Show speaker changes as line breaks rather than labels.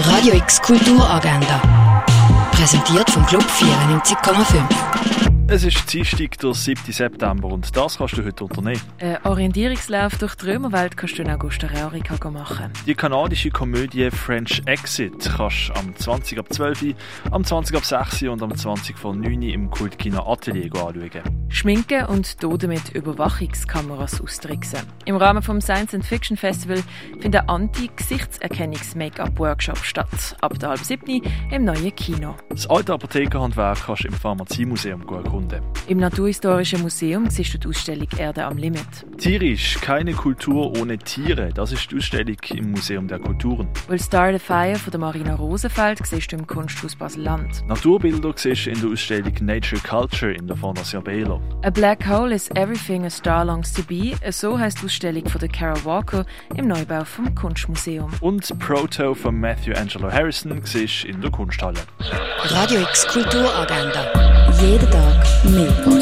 Radio X Kulturagenda. Präsentiert vom Club 94,5.
Es ist Dienstag, der 7. September und das kannst du heute unternehmen.
Ein Äh, Orientierungslauf durch die Römerwelt kannst du in Augusta Raurica machen.
Die kanadische Komödie French Exit kannst du am 20 ab 12, am 20 ab 6 und am 20 vor 9 im Kultkino Atelier anschauen.
Schminken und Tode mit Überwachungskameras austricksen. Im Rahmen vom Science and Fiction Festival findet Anti-Gesichtserkennungs-Make-up-Workshop statt. Ab der halb siebten im neuen Kino.
Das alte Apothekerhandwerk kannst du im Pharmaziemuseum erkunden.
Im Naturhistorischen Museum siehst du die Ausstellung Erde am Limit.
Tierisch, keine Kultur ohne Tiere. Das ist die Ausstellung im Museum der Kulturen.
Will Star the Fire von der Marina Rosenfeld siehst du im Kunsthaus Basel-Land.
Naturbilder siehst du in der Ausstellung Nature Culture in der Fondation Belo.
A Black Hole is Everything a Star Longs to Be, so heißt die Ausstellung von der Kara Walker im Neubau vom Kunstmuseum.
Und Proto von Matthew Angelo Harrison siehst in der Kunsthalle.
Radio X Kulturagenda. Jeden Tag mehr.